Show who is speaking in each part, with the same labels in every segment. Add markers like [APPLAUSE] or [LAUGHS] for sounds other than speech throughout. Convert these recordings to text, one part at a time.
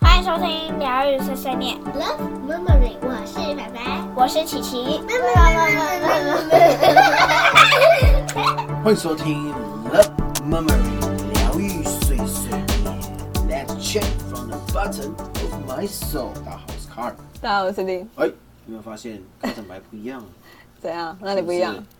Speaker 1: 迎收听《疗愈碎碎念》，
Speaker 2: Love Memory，我是白白。
Speaker 1: 我是琪琪。 [LAUGHS]
Speaker 3: 欢迎收听 Love Memory 疗愈碎碎念。Let's check from the bottom of my soul。大家好，我是 Car。
Speaker 4: 大家好，我是林。
Speaker 3: 哎，有没有发现 Car 长白不一样？
Speaker 4: 怎样？哪里不一样
Speaker 3: 是不？是？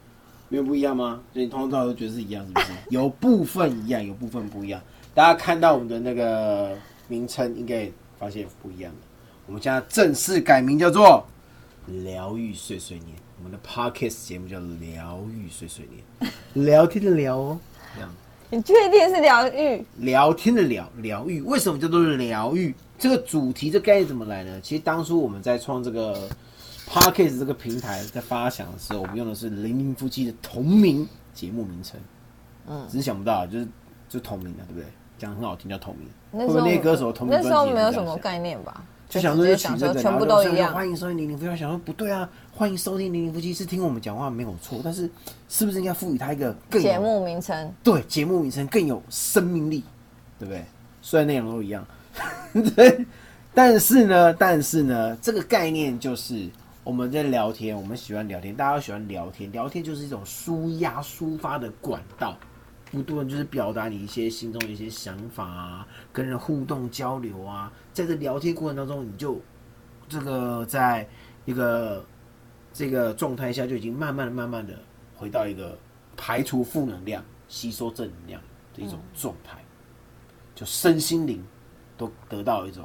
Speaker 3: 没有不一样吗？所以通常大家都觉得是一样，是不 [LAUGHS] 是？有部分一样，有部分不一样。大家看到我们的那个名称，应该也发现不一样了。我们现在正式改名叫做“疗愈碎碎念”，我们的 Podcast 节目叫“疗愈碎碎念”，聊天的聊哦，这样。
Speaker 4: 你确定是疗愈？
Speaker 3: 聊天的聊疗愈，为什么叫做疗愈？这个主题这概念怎么来呢？其实当初我们在创这个 p o d c a s t 这个平台在发想的时候，我们用的是零零夫妻的同名节目名称。嗯，只是想不到就是就同名的，对不对？讲很好听叫同名，会不会那些歌手同名
Speaker 4: 那时候
Speaker 3: 专辑也
Speaker 4: 没
Speaker 3: 是
Speaker 4: 有
Speaker 3: 这
Speaker 4: 什
Speaker 3: 样
Speaker 4: 么
Speaker 3: 想
Speaker 4: 概念吧？
Speaker 3: 就想说
Speaker 4: 直
Speaker 3: 就取
Speaker 4: 接想
Speaker 3: 这
Speaker 4: 说
Speaker 3: 个，
Speaker 4: 全部都
Speaker 3: 然后
Speaker 4: 一
Speaker 3: 就想说哎
Speaker 4: 样。
Speaker 3: 欢迎收听零零夫妻，想说不对啊，欢迎收听零零夫妻是听我们讲话没有错，但是是不是应该赋予它一个更有
Speaker 4: 节目名称
Speaker 3: 对节目名称更有生命力，对不对？虽然内容都一样， [LAUGHS] 对，但是呢，但是呢，这个概念就是我们在聊天，我们喜欢聊天，大家都喜欢聊天，聊天就是一种舒压、抒发的管道，不断就是表达你一些心中的一些想法啊，跟人互动交流啊，在这聊天过程当中，你就这个在一个这个状态下，就已经慢慢的、慢慢的回到一个排除负能量、吸收正能量的一种状态，就身心灵都得到一种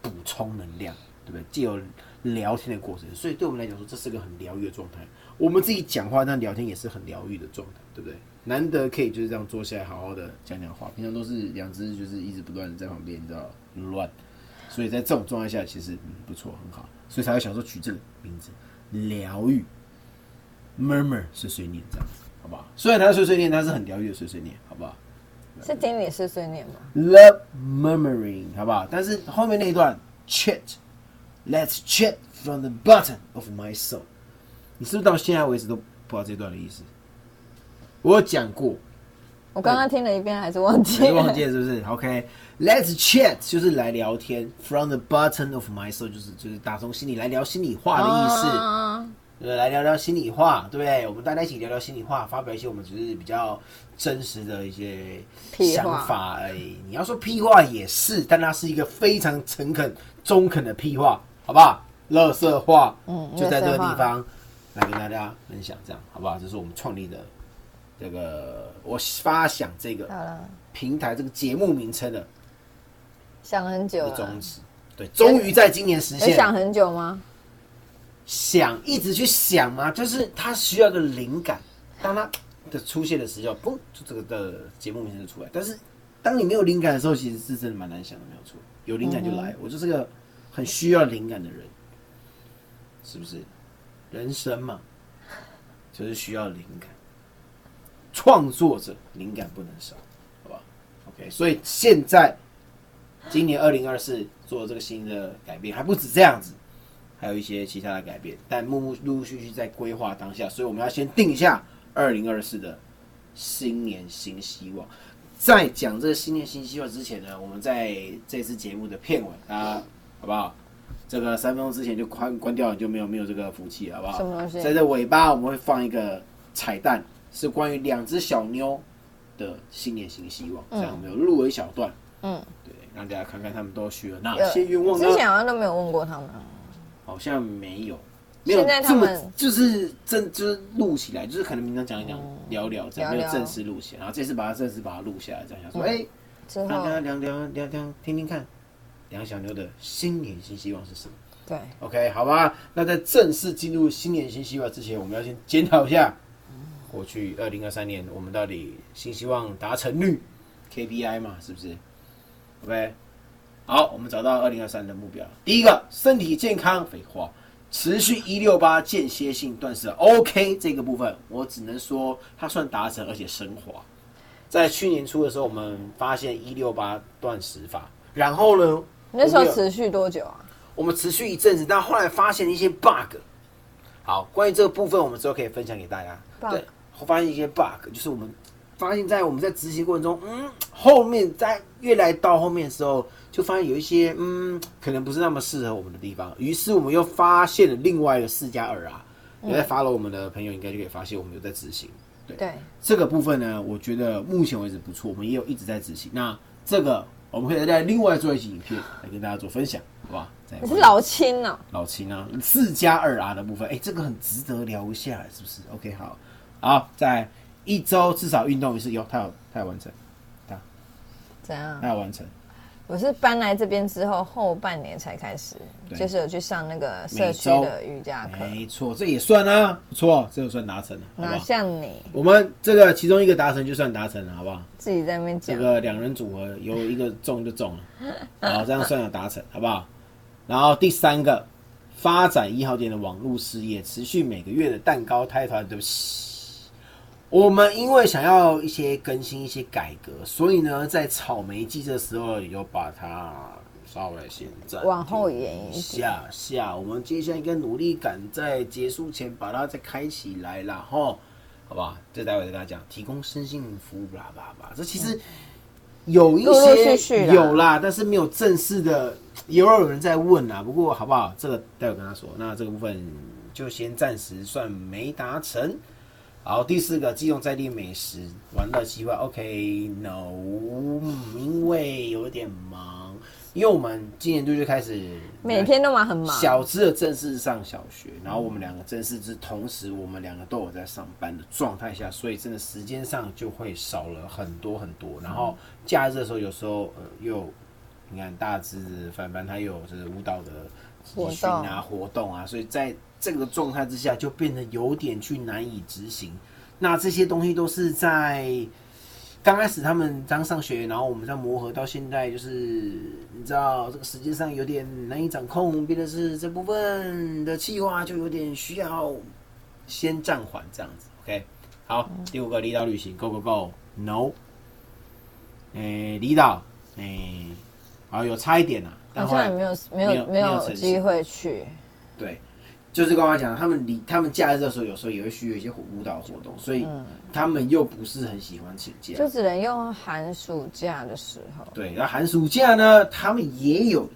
Speaker 3: 补充能量，对不对？借由聊天的过程，所以对我们来讲说，这是个嗯很疗愈的状态。我们自己讲话，但聊天也是很疗愈的状态，对不对？难得可以就是这样坐下来，好好的讲讲话。平常都是两只就是一直不断的在旁边，你知道乱，所以在这种状态下，其实、嗯、不错，很好，所以才会想说取这个名字疗愈。murmur 碎碎念这样子，好不好？虽然它是碎碎念，但是很疗愈的碎碎念，好不好
Speaker 4: 是听你碎碎念吗？
Speaker 3: ？Love murmuring，好不好？但是后面那一段 chat，let's chat from the bottom of my soul，你是不是到现在为止都不知道这段的意思？我有讲过，
Speaker 4: 我刚刚听了一遍，还是忘记
Speaker 3: 你
Speaker 4: 了。
Speaker 3: 忘记了是不是？OK，Let's、chat 就是来聊天，from the bottom of my soul 就是就是打从心里来聊心里话
Speaker 4: [LAUGHS]
Speaker 3: 的意思。
Speaker 4: 啊
Speaker 3: 对，呃来聊聊心里话，对不对？我们大家一起聊聊心里话，发表一些我们只是比较真实的一些
Speaker 4: 屁
Speaker 3: 想
Speaker 4: 话
Speaker 3: 法而已。你要说屁话也是，但它是一个非常诚恳、中肯的屁话，好不好？乐色话，
Speaker 4: 嗯
Speaker 3: 就在这个
Speaker 4: 垃圾话
Speaker 3: 地方来跟大家分享，这样好不好？这是我们创立的这个，我发想这个
Speaker 4: 好了，
Speaker 3: 平台这个节目名称的
Speaker 4: 想很久
Speaker 3: 一个
Speaker 4: 了
Speaker 3: 宗。旨，对，终于在今年实
Speaker 4: 有
Speaker 3: 现。
Speaker 4: 想嗯很久吗？
Speaker 3: 想一直去想嘛，就是他需要个灵感，当他的出现的时候，嘣，就这个的节目名称就出来。但是当你没有灵感的时候，其实是真的蛮难想的，没有错。有灵感就来，我就是个很需要灵感的人，是不是？人生嘛，就是需要灵感。创作者灵感不能少，好不好？OK，所以现在今年二零二四做这个新的改变，还不止这样子，还有一些其他的改变，但陆陆陆续续在规划当下，所以我们要先定一下二零二四的新年新希望。在讲这个新年新希望之前呢，我们在这次节目的片尾，大家好不好？这个三分钟之前就关关掉了，就没有没有这个福气了，好不好？
Speaker 4: 什么东西
Speaker 3: 在这尾巴我们会放一个彩蛋，是关于两只小妞的新年新希望，这样我们有录了一小段，
Speaker 4: 嗯，
Speaker 3: 对，让大家看看他们都许了哪
Speaker 4: 有
Speaker 3: 些愿望啊呢
Speaker 4: 之？前好像都没有问过他们。
Speaker 3: 好像没有，没有
Speaker 4: 现在
Speaker 3: 这
Speaker 4: 他们
Speaker 3: 么就是正就是录起来，就是可能平常讲一讲、聊聊这样，没
Speaker 4: 嗯聊聊
Speaker 3: 有正式录起来，然后这次把它正式把它录下来，这样想说，
Speaker 4: 嗯
Speaker 3: 哎、
Speaker 4: 之
Speaker 3: 让大
Speaker 4: 后
Speaker 3: 家聊聊聊聊听听看，梁小妞的新年新希望是什么
Speaker 4: 对，
Speaker 3: ？OK，好吧，那在正式进入新年新希望之前，我们要先检讨一下过去二零二三年我们到底新希望达成率 KPI 嘛，是不是？OK，好，我们找到二零二三的目标。第一个，身体健康，废话，持续一六八间歇性断食，OK 这个部分，我只能说它算达成，而且升华。在去年初的时候，我们发现一六八断食法，然后呢，
Speaker 4: 那时
Speaker 3: 我
Speaker 4: 候
Speaker 3: 们有
Speaker 4: 持续多久啊？
Speaker 3: 我们持续一阵子，但后来发现一些 bug。好，关于这个部分，我们之后可以分享给大家。
Speaker 4: bug
Speaker 3: 对，我发现一些 bug，就是我们发现在我们在执行过程中，嗯，后面在越来到后面的时候，就发现有一些嗯，可能不是那么适合我们的地方。于是我们又发现了另外一个四加二啊，
Speaker 4: 嗯
Speaker 3: 有在 follow 我们的朋友应该就可以发现我们有在执行。
Speaker 4: 对，
Speaker 3: 这个部分呢，我觉得目前为止不错，我们也有一直在执行。那这个我们可以在另外做一期影片来跟大家做分享，好吧？再
Speaker 4: 你是老青哦、
Speaker 3: 老秦啊，四加二 R 的部分，哎、这个很值得聊一下，是不是？OK，好，好，再来一周至少运动一次，有他有他有完成，
Speaker 4: 怎样？
Speaker 3: 他有完成，
Speaker 4: 我是搬来这边之后后半年才开始，
Speaker 3: 对哎
Speaker 4: 就是有去上那个社区的瑜伽课。
Speaker 3: 没错，这也算啊，不错，这就算达成了，好
Speaker 4: 哪
Speaker 3: 不好？
Speaker 4: 像你
Speaker 3: 我们这个其中一个达成就算达成了，好不好？
Speaker 4: 自己在那边
Speaker 3: 这
Speaker 4: 讲，
Speaker 3: 个两人组合有一个中就中了，好，这样算有达成，好不好？然后第三个，发展一号店的网络事业，持续每个月的蛋糕开团，对不起，我们因为想要一些更新、一些改革，所以呢，在草莓季这时候有把它稍微先暂
Speaker 4: 往后
Speaker 3: 停
Speaker 4: 延一
Speaker 3: 一
Speaker 4: 点
Speaker 3: 下下，我们接下来应该努力赶在结束前把它再开起来啦，吼。好吧，这待会再跟大家讲，提供身心灵服务，啦吧吧，这其实有一些
Speaker 4: 嗯陆陆续续啦
Speaker 3: 有啦，但是没有正式的，也有人在问啊啦。不过好不好，这个待会跟他说。那这个部分就先暂时算没达成。好，第四个，机动在地美食玩乐计划。OK，No，、因为有点忙，因为我们今年度就开始
Speaker 4: 每天都忙很忙。
Speaker 3: 小资的正式上小学，然后我们两个正式是同时，我们两个都有在上班的状态下，所以真的时间上就会少了很多很多。然后假日的时候，有时候呃又你看大致凡凡他又有就是舞蹈的集训啊活动啊，所以在这个状态之下就变得有点去难以执行。那这些东西都是在刚开始他们刚上学，然后我们在磨合，到现在就是你知道这个时间上有点难以掌控，变的是这部分的计划就有点需要先暂缓这样子。OK，好，第五个离岛旅行，Go Go Go，No，诶、离岛，诶、好有差一点啊，但
Speaker 4: 好
Speaker 3: 后来
Speaker 4: 像也
Speaker 3: 没
Speaker 4: 没有没
Speaker 3: 有
Speaker 4: 有没
Speaker 3: 没有
Speaker 4: 有
Speaker 3: 成
Speaker 4: 机会去，
Speaker 3: 对，就是刚刚讲的，他们离他们假日的时候，有时候也会需要一些舞蹈活动，所以他们又不是很喜欢请假。
Speaker 4: 嗯就只能用寒暑假的时候。
Speaker 3: 对，那寒暑假呢，他们也有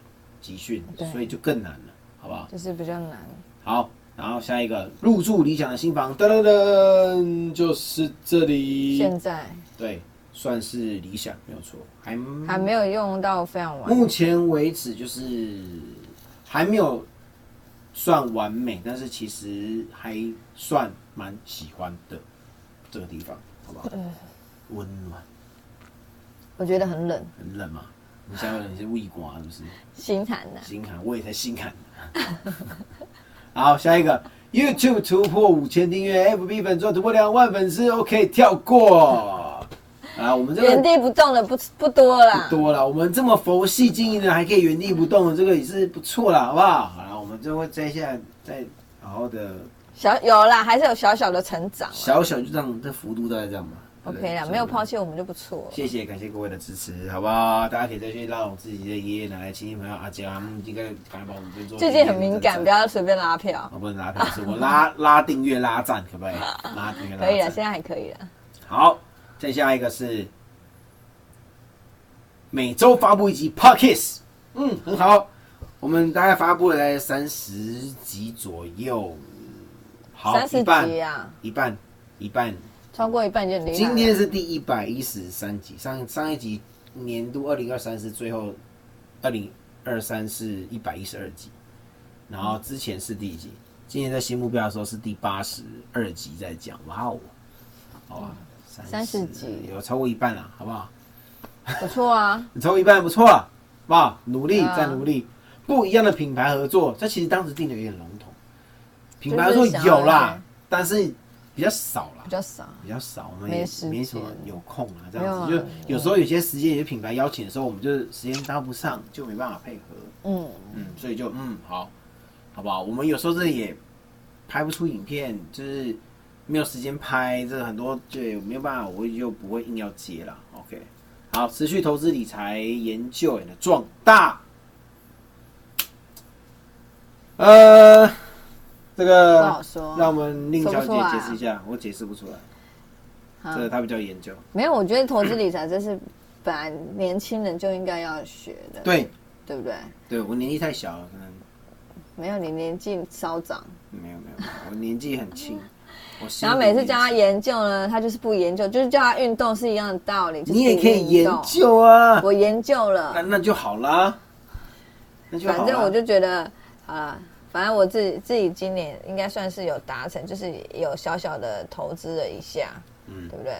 Speaker 3: 集训，
Speaker 4: 对
Speaker 3: 所以就更难了，好不好？
Speaker 4: 就是比较难，
Speaker 3: 好，然后下一个入住理想的新房，噔噔噔，就是这里。
Speaker 4: 现在
Speaker 3: 对，算是理想，没有错，还
Speaker 4: 还没有用到非常完。
Speaker 3: 目前为止就是还没有算完美，但是其实还算蛮喜欢的这个地方，好不好？
Speaker 4: 呃
Speaker 3: 温暖，
Speaker 4: 我觉得很冷，
Speaker 3: 很冷嘛。你想想你是胃瓜是不是？
Speaker 4: 心寒呐、
Speaker 3: 心寒，我也才心
Speaker 4: [LAUGHS]
Speaker 3: 寒。好，下一个 YouTube 突破五千订阅，FB 本周突破两万粉丝，OK 跳过。啊，我们这
Speaker 4: 原
Speaker 3: 个
Speaker 4: 地不动的不不多啦。
Speaker 3: 多了，我们这么佛系经营的，还可以原地不动的，这个也是不错了，好不好？好了，我们就会摘下再好好的
Speaker 4: 小有啦，还是有小小的成长啦。
Speaker 3: 小小就这样，这幅度大概这样嘛。对不对
Speaker 4: OK 啦，
Speaker 3: 所以
Speaker 4: 没有抛弃我们就不错了。
Speaker 3: 谢谢，感谢各位的支持，好不好？大家可以再去拉拢自己的爷爷奶奶、亲戚朋友、阿姐阿姆，应该赶快把我们这做。
Speaker 4: 最近很敏感，不
Speaker 3: 要。
Speaker 4: 要随便拉票。
Speaker 3: 我不能拉票，是我拉拉订阅拉赞，可不可以？拉订阅拉
Speaker 4: [LAUGHS] 可以了，
Speaker 3: 赞。
Speaker 4: 现在还可以了。
Speaker 3: 好，再下一个是每周发布一集 Pockets，嗯，很好。我们大概发布了大概三十集左右，好，
Speaker 4: 三十
Speaker 3: 一半，
Speaker 4: 集啊，
Speaker 3: 一半，一半。
Speaker 4: 超过一半就很厉害了。
Speaker 3: 今天是第一百一十三集，上上一集年度二零二三是最后，二零二三是一百一十二集，然后之前是第几集？今年在新目标的时候是第八十二集在讲，哇哦，好吧，
Speaker 4: 30集
Speaker 3: 有超过一半了，好不好？
Speaker 4: 不错啊，
Speaker 3: 超过一半不错了，好不好？努力
Speaker 4: 对啊
Speaker 3: 再努力，不一样的品牌合作，这其实当时定的有点笼统，品牌合作
Speaker 4: 就是想要
Speaker 3: 有啦
Speaker 4: 一些，
Speaker 3: 但是比较少啦
Speaker 4: 比。较少。
Speaker 3: 比较少，我们
Speaker 4: 没
Speaker 3: 也
Speaker 4: 时
Speaker 3: 没什么
Speaker 4: 间
Speaker 3: 有空啊，这样子
Speaker 4: 没有
Speaker 3: 就
Speaker 4: 啊
Speaker 3: 有时候有些时间有些品牌邀请的时候，我们就是时间搭不上，就没办法配合，
Speaker 4: 嗯，
Speaker 3: 嗯，所以就嗯好，好不好？我们有时候这也拍不出影片，就是没有时间拍，这很多对没有办法，我就不会硬要接了。OK，好，持续投资理财研究你的壮大，呃，这
Speaker 4: 不
Speaker 3: 个
Speaker 4: 好说。
Speaker 3: 让我们令
Speaker 4: 说不
Speaker 3: 小
Speaker 4: 出
Speaker 3: 姐
Speaker 4: 来啊
Speaker 3: 解释一下，我解释不出来。
Speaker 4: 嗯
Speaker 3: 这个他比较研究。
Speaker 4: 没有，我觉得投资理财这是本来年轻人就应该要学的，
Speaker 3: 对，
Speaker 4: 对不对？
Speaker 3: 对我年纪太小了，可能
Speaker 4: 没有，你年纪稍长，
Speaker 3: 没有没有，我年纪很轻。我心
Speaker 4: 然后每
Speaker 3: 有
Speaker 4: 次
Speaker 3: 余
Speaker 4: 叫他
Speaker 3: 悸
Speaker 4: 研究呢，他就是不研究，就是叫他运动是一样的道理。就是
Speaker 3: 你也可以
Speaker 4: 运
Speaker 3: 研
Speaker 4: 动，
Speaker 3: 究啊，
Speaker 4: 我研究
Speaker 3: 那
Speaker 4: 了，
Speaker 3: 那就好啦，那就好啦
Speaker 4: 反正我就觉得啊。反正我自己自己今年应该算是有达成，就是有小小的投资了一下，
Speaker 3: 嗯
Speaker 4: 对不对？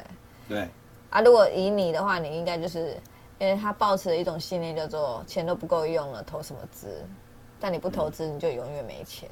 Speaker 3: 对
Speaker 4: 啊，如果以你的话，你应该就是因为他抱持了一种信念，叫做钱都不够用了，投什么资？但你不投资，你就永远没钱。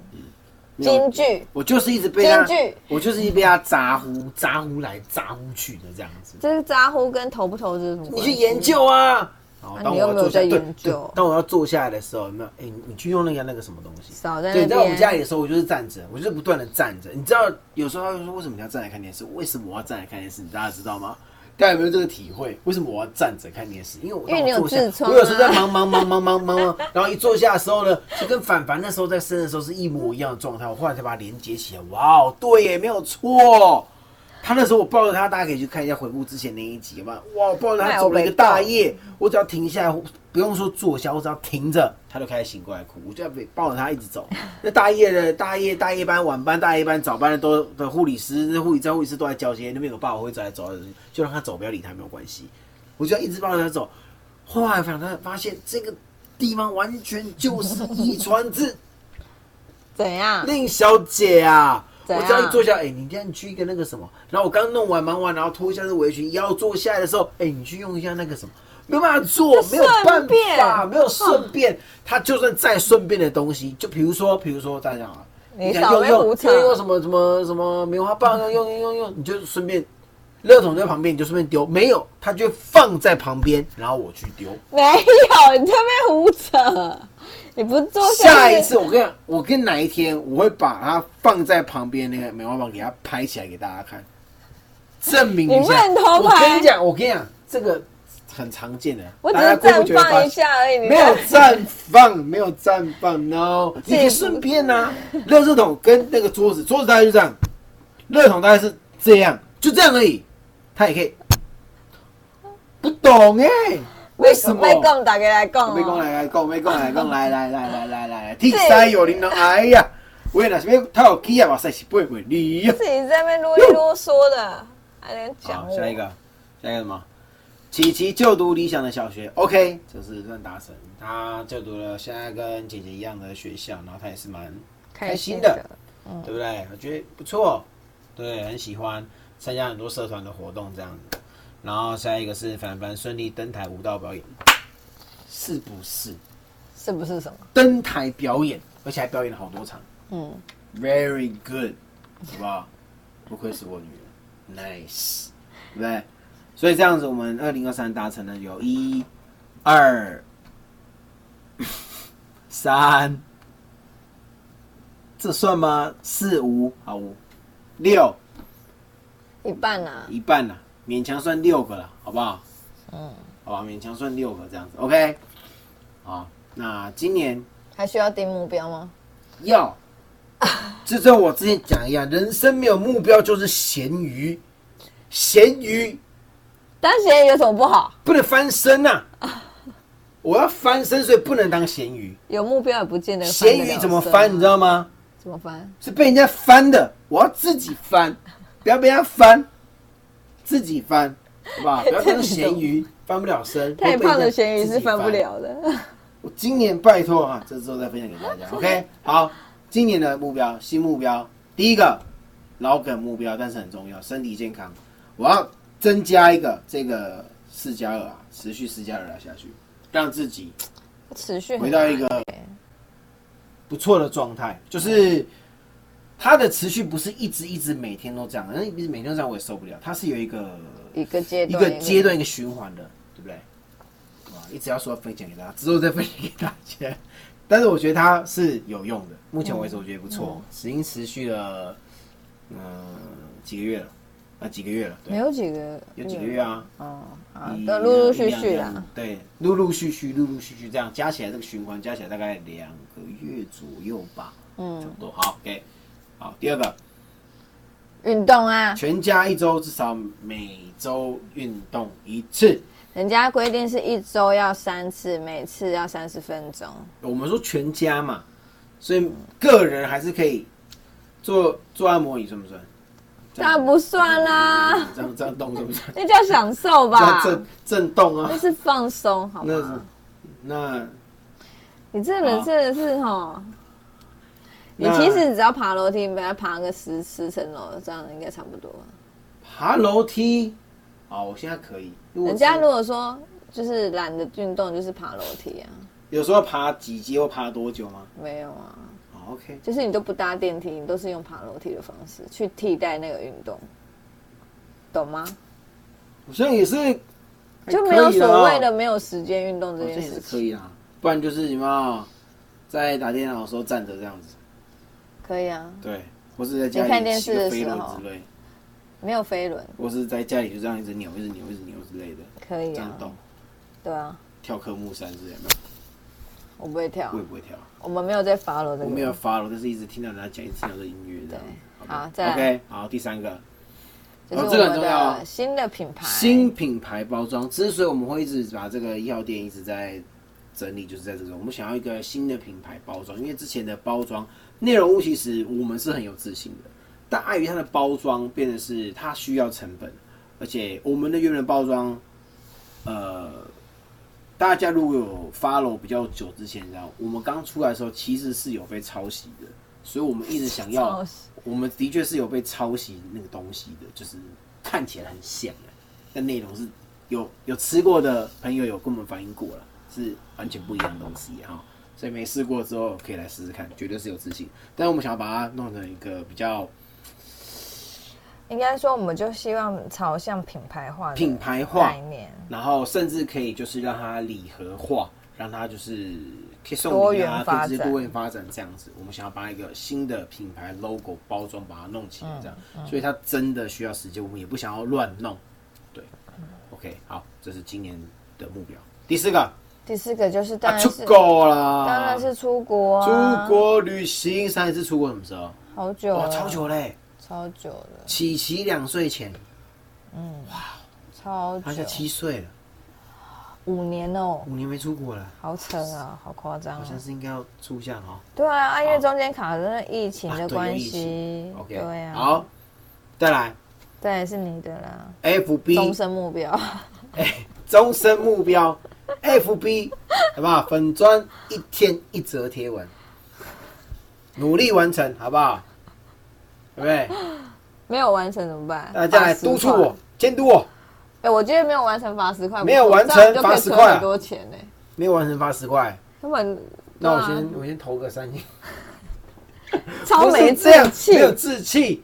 Speaker 3: 没有
Speaker 4: 京剧，
Speaker 3: 我就是一直被他
Speaker 4: 京剧，
Speaker 3: 我就是一直被他咋呼咋呼来咋呼去的这样子。
Speaker 4: 这是咋呼跟投不投资有什么关
Speaker 3: 你
Speaker 4: 系？
Speaker 3: 去研究啊！然后
Speaker 4: 啊
Speaker 3: 当我
Speaker 4: 你又
Speaker 3: 要
Speaker 4: 没有
Speaker 3: 坐下
Speaker 4: 在
Speaker 3: 对
Speaker 4: 研
Speaker 3: 对
Speaker 4: 究
Speaker 3: 当我要坐下来的时候，有没有？哎，你你去用那个那个什么东西？
Speaker 4: 少在那
Speaker 3: 对，
Speaker 4: 边。
Speaker 3: 在我们家里的时候，我就是站着，我就是不断的站着。你知道，有时候他会说为什么你要站着看电视？为什么我要站着看电视？你大家知道吗？大家有没有这个体会？为什么我要站着看电视？因为我
Speaker 4: 因为你有
Speaker 3: 当我坐下
Speaker 4: 痔疮啊
Speaker 3: 我有时候在忙忙忙忙忙忙忙，然后一坐下的时候呢，就跟凡凡那时候在生的时候是一模一样的状态。我后来才把它连接起来，哇哦，对耶，没有错。他那时候我抱着他，大家可以去看一下回顾之前那一集嘛。哇，我抱着他走了一个大夜，哎我只要停下来，不用说坐下，我只要停着，他就开始醒过来哭。我就要被抱着他一直走。 [LAUGHS] 那大夜的大夜大夜班、晚班、大夜班、早班的都的护理师、那护理站、护理师都在交接，那边有爸爸会走来走去，就让他走，不要理他，没有关系。我就要一直抱着他走。后来反正发现这个地方完全就是遗传之
Speaker 4: 怎样？
Speaker 3: 令小姐啊，
Speaker 4: 怎
Speaker 3: 我
Speaker 4: 样
Speaker 3: 只要一坐下，哎、你今天去一个那个什么，然后我刚弄完忙完，然后脱一下这围裙，腰坐下来的时候，哎、你去用一下那个什么，没办法做，没有办
Speaker 4: 顺便
Speaker 3: 法，没有顺便，他就算再顺便的东西，就比如说，比如说大家啊，
Speaker 4: 你
Speaker 3: 想
Speaker 4: 少
Speaker 3: 用
Speaker 4: 为
Speaker 3: 用
Speaker 4: 无常
Speaker 3: 用用什么什么什么棉花
Speaker 4: [LAUGHS]
Speaker 3: 棒，用用用用，你就顺便。垃圾桶在旁边，你就顺便丢。没有，他就放在旁边，然后我去丢。
Speaker 4: 没有，你这边胡扯，你不是 [LAUGHS] 做
Speaker 3: 下一次我跟你讲，我跟哪一天我会把它放在旁边那个棉花棒，给它拍起来给大家看，证明一
Speaker 4: 你不
Speaker 3: 下。
Speaker 4: 能偷
Speaker 3: 我
Speaker 4: 拍
Speaker 3: 跟你讲，我跟你讲，这个很常见的，
Speaker 4: 欸我只
Speaker 3: 大家
Speaker 4: 是
Speaker 3: 会不会觉
Speaker 4: 绽
Speaker 3: 得发
Speaker 4: 放一下而已，你
Speaker 3: 没有绽放， [LAUGHS] 没有绽放，no。你可以顺便呐、啊，热热桶跟那个桌子，桌子大概就这样，热桶大概是这样，就这样而已。他也可以，不懂哎、为什么？
Speaker 4: 被供打给来供，
Speaker 3: 没讲来来讲，没讲来讲，来来来来来来，天生有灵人，哎呀，为了什么他有气啊？哇塞，是不会你呀。
Speaker 4: 自己在那边啰里啰嗦的，还在那边讲
Speaker 3: 好，
Speaker 4: 我。
Speaker 3: 下一个，下一个什么？琪琪就读理想的小学，OK，这是算达成。他就读了现在跟姐姐一样的学校，然后他也是蛮开心的，对不对？我觉得不错，对，很喜欢参加很多社团的活动这样子。然后下一个是凡凡顺利登台舞蹈表演，是不是？
Speaker 4: 是不是什么？
Speaker 3: 登台表演，而且还表演了好多场
Speaker 4: 嗯，
Speaker 3: ，very good，好不好？不愧是我女人，nice，对不对？所以这样子，我们二零二三达成了有一、二、 [LAUGHS] 三，这算吗？四五好五六
Speaker 4: 一半啊，
Speaker 3: 一半啦，勉强算六个了，好不好？
Speaker 4: 嗯，
Speaker 3: 好吧，勉强算六个这样子，OK。好，那今年
Speaker 4: 还需要定目标吗？
Speaker 3: 要，就像我之前讲一样，人生没有目标就是咸鱼，咸鱼
Speaker 4: 当咸鱼有什么不好？
Speaker 3: 不能翻身呐、我要翻身，所以不能当咸鱼。
Speaker 4: 有目标也不见得翻得
Speaker 3: 咸
Speaker 4: 了身啊。
Speaker 3: 鱼怎么翻？你知道吗？
Speaker 4: 怎么翻？
Speaker 3: 是被人家翻的，我要自己翻，不要被人家翻，自己翻，好不好？不要
Speaker 4: [LAUGHS]
Speaker 3: 当咸鱼，翻不了身。
Speaker 4: 太胖的咸鱼
Speaker 3: 自
Speaker 4: 是
Speaker 3: 己
Speaker 4: 翻不了的。
Speaker 3: 我今年拜托啊，这之后再分享给大家。OK，好，今年的目标新目标，第一个老梗目标，但是很重要，身体健康。我要增加一个这个四加二啊，持续四加二啊下去，让自己
Speaker 4: 持续很
Speaker 3: 回到一个
Speaker 4: 难欸
Speaker 3: 不错的状态，就是它的持续不是一直一直每天都这样，因为一直每天都这样我也受不了，它是有一个
Speaker 4: 一个阶
Speaker 3: 一
Speaker 4: 段
Speaker 3: 个阶段一个循环的，对不对？哇，一直要说分享给大家，之后再分享给大家。但是我觉得它是有用的，目前为
Speaker 4: 嗯
Speaker 3: 止我觉得不错，已经持续了嗯、呃几个月了，啊、几个月了，对，
Speaker 4: 没有几个
Speaker 3: 有几个月啊，
Speaker 4: 哦，好
Speaker 3: 一
Speaker 4: 都陆陆续
Speaker 3: 一
Speaker 4: 续
Speaker 3: 两两
Speaker 4: 啦。
Speaker 3: 对，陆陆续续，陆陆续续这样加起来，这个循环加起来大概两个月左右吧，差
Speaker 4: 嗯
Speaker 3: 不，多。好，OK，好，第二个，
Speaker 4: 运动啊，
Speaker 3: 全家一周至少每周运动一次。
Speaker 4: 人家规定是一周要三次，每次要三十分钟。
Speaker 3: 我们说全家嘛，所以个人还是可以做做按摩椅，算不算？这
Speaker 4: 那
Speaker 3: 样
Speaker 4: 不算啦、
Speaker 3: 这样这样动
Speaker 4: [LAUGHS]
Speaker 3: 算不算？
Speaker 4: 那叫享受
Speaker 3: 这样
Speaker 4: 吧，
Speaker 3: 震震动啊
Speaker 4: 那，是放松，好
Speaker 3: 那是
Speaker 4: 吗？
Speaker 3: 那
Speaker 4: 你这人
Speaker 3: 好
Speaker 4: 真的是哈，你
Speaker 3: 那
Speaker 4: 其实只要爬楼梯，你把它爬个十十层楼，这样应该差不多。
Speaker 3: 爬楼梯啊，我现在可以。如果
Speaker 4: 人家
Speaker 3: 是
Speaker 4: 如果说就是懒得运动，就是爬楼梯啊，
Speaker 3: 有时候爬几阶或爬多久吗？
Speaker 4: 没有啊，
Speaker 3: 哦，OK，
Speaker 4: 就是你都不搭电梯，你都是用爬楼梯的方式去替代那个运动，懂吗？
Speaker 3: 我现在也是还
Speaker 4: 就没有
Speaker 3: 可以啦
Speaker 4: 所谓的，没有时间运动
Speaker 3: 我
Speaker 4: 这
Speaker 3: 现
Speaker 4: 件
Speaker 3: 在也是
Speaker 4: 事
Speaker 3: 可
Speaker 4: 情，
Speaker 3: 以啦。不然就是你们在打电脑的时候站着这样子，
Speaker 4: 可以啊，
Speaker 3: 对，或是在家
Speaker 4: 你看
Speaker 3: 里
Speaker 4: 电
Speaker 3: 骑
Speaker 4: 视
Speaker 3: 个
Speaker 4: 的
Speaker 3: 飞
Speaker 4: 时
Speaker 3: 轮
Speaker 4: 候
Speaker 3: 之类，
Speaker 4: 没有飞轮，
Speaker 3: 或是在家里就这样一直扭、一直扭、一直扭之类的，
Speaker 4: 可
Speaker 3: 这
Speaker 4: 以
Speaker 3: 样
Speaker 4: 啊，
Speaker 3: 动，
Speaker 4: 对啊，
Speaker 3: 跳科目三之类的，
Speaker 4: 我不会跳
Speaker 3: 我，也不会跳，
Speaker 4: 我们没有在 follow 这
Speaker 3: 我没有
Speaker 4: 个，
Speaker 3: follow，但是一直听到人家讲，一直听到这音乐这样
Speaker 4: 啊对。啊
Speaker 3: 好
Speaker 4: 好
Speaker 3: 吧
Speaker 4: 再来
Speaker 3: ，OK，好，第三个，
Speaker 4: 就是
Speaker 3: 哦
Speaker 4: 我
Speaker 3: 这个很
Speaker 4: 们
Speaker 3: 重要啊
Speaker 4: 的新的品牌，
Speaker 3: 新品牌包装，之所以我们会一直把这个药店一直在整理，就是在这个我们想要一个新的品牌包装，因为之前的包装内容物其实我们是很有自信的，但碍于它的包装，变得是它需要成本，而且我们的原本包装，呃。大家如果有 follow 比较久之前，然后我们刚出来的时候其实是有被抄袭的，所以我们一直想要 [LAUGHS]
Speaker 4: 超市
Speaker 3: 我们的确是有被抄袭那个东西的，就是看起来很像的，但内容是有有吃过的朋友有跟我们反映过了，是完全不一样的东西啊、所以没试过之后可以来试试看，绝对是有自信。但是我们想要把它弄成一个比较
Speaker 4: 应该说我们就希望朝向品牌化的
Speaker 3: 品牌化
Speaker 4: 概念，
Speaker 3: 然后甚至可以就是让它礼盒化，让它就是可以送
Speaker 4: 多
Speaker 3: 礼啊，
Speaker 4: 元发
Speaker 3: 可以直接
Speaker 4: 展
Speaker 3: 多元发展这样子。我们想要把一个新的品牌 logo 包装把它弄起来这样，
Speaker 4: 嗯
Speaker 3: 所以它真的需要时间，我们也不想要乱弄。对，OK，好，
Speaker 4: 嗯
Speaker 3: 这是今年的目标。第四个
Speaker 4: 第四个就是当
Speaker 3: 啊，
Speaker 4: 然
Speaker 3: 出
Speaker 4: 是、
Speaker 3: 国啦，
Speaker 4: 当然是出国、啊，
Speaker 3: 出国旅行。上一次出国什么时候？
Speaker 4: 好久
Speaker 3: 哇，
Speaker 4: 了，
Speaker 3: 超久嘞！
Speaker 4: 超久了，
Speaker 3: 琪琪两岁前，
Speaker 4: 超
Speaker 3: 他现在
Speaker 4: 久，
Speaker 3: 七岁了，
Speaker 4: 五年哦、
Speaker 3: 五年没出国了，
Speaker 4: 好扯啊，好夸张
Speaker 3: 好
Speaker 4: 啊
Speaker 3: 像！是应该要出一下哦。
Speaker 4: 对啊，啊因为中间卡着那疫情
Speaker 3: 啊
Speaker 4: 的
Speaker 3: 对有
Speaker 4: 关
Speaker 3: 疫
Speaker 4: 系，
Speaker 3: OK，
Speaker 4: 对啊，，
Speaker 3: 好，再来
Speaker 4: 这也是你的啦，终
Speaker 3: FB
Speaker 4: 身目标，
Speaker 3: 终身目标，FB 好不好？粉砖一天一则贴文，努力完成，好不好？对不对？
Speaker 4: 没有完成怎么办？
Speaker 3: 大家呃来
Speaker 4: 罚10
Speaker 3: 督促
Speaker 4: 块
Speaker 3: 我，，监督我，
Speaker 4: 哎，我觉得没有完成罚十块不错，
Speaker 3: 没有完成
Speaker 4: 这样就可
Speaker 3: 罚
Speaker 4: 以
Speaker 3: 10
Speaker 4: 存
Speaker 3: 块啊
Speaker 4: 很多钱呢。
Speaker 3: 没有完成发十块，
Speaker 4: 根本
Speaker 3: 那我
Speaker 4: 对啊
Speaker 3: 先我先投个三
Speaker 4: [LAUGHS]
Speaker 3: 千，
Speaker 4: 超
Speaker 3: 不
Speaker 4: 没
Speaker 3: 是
Speaker 4: 志
Speaker 3: 这样
Speaker 4: 气
Speaker 3: 没，有志气。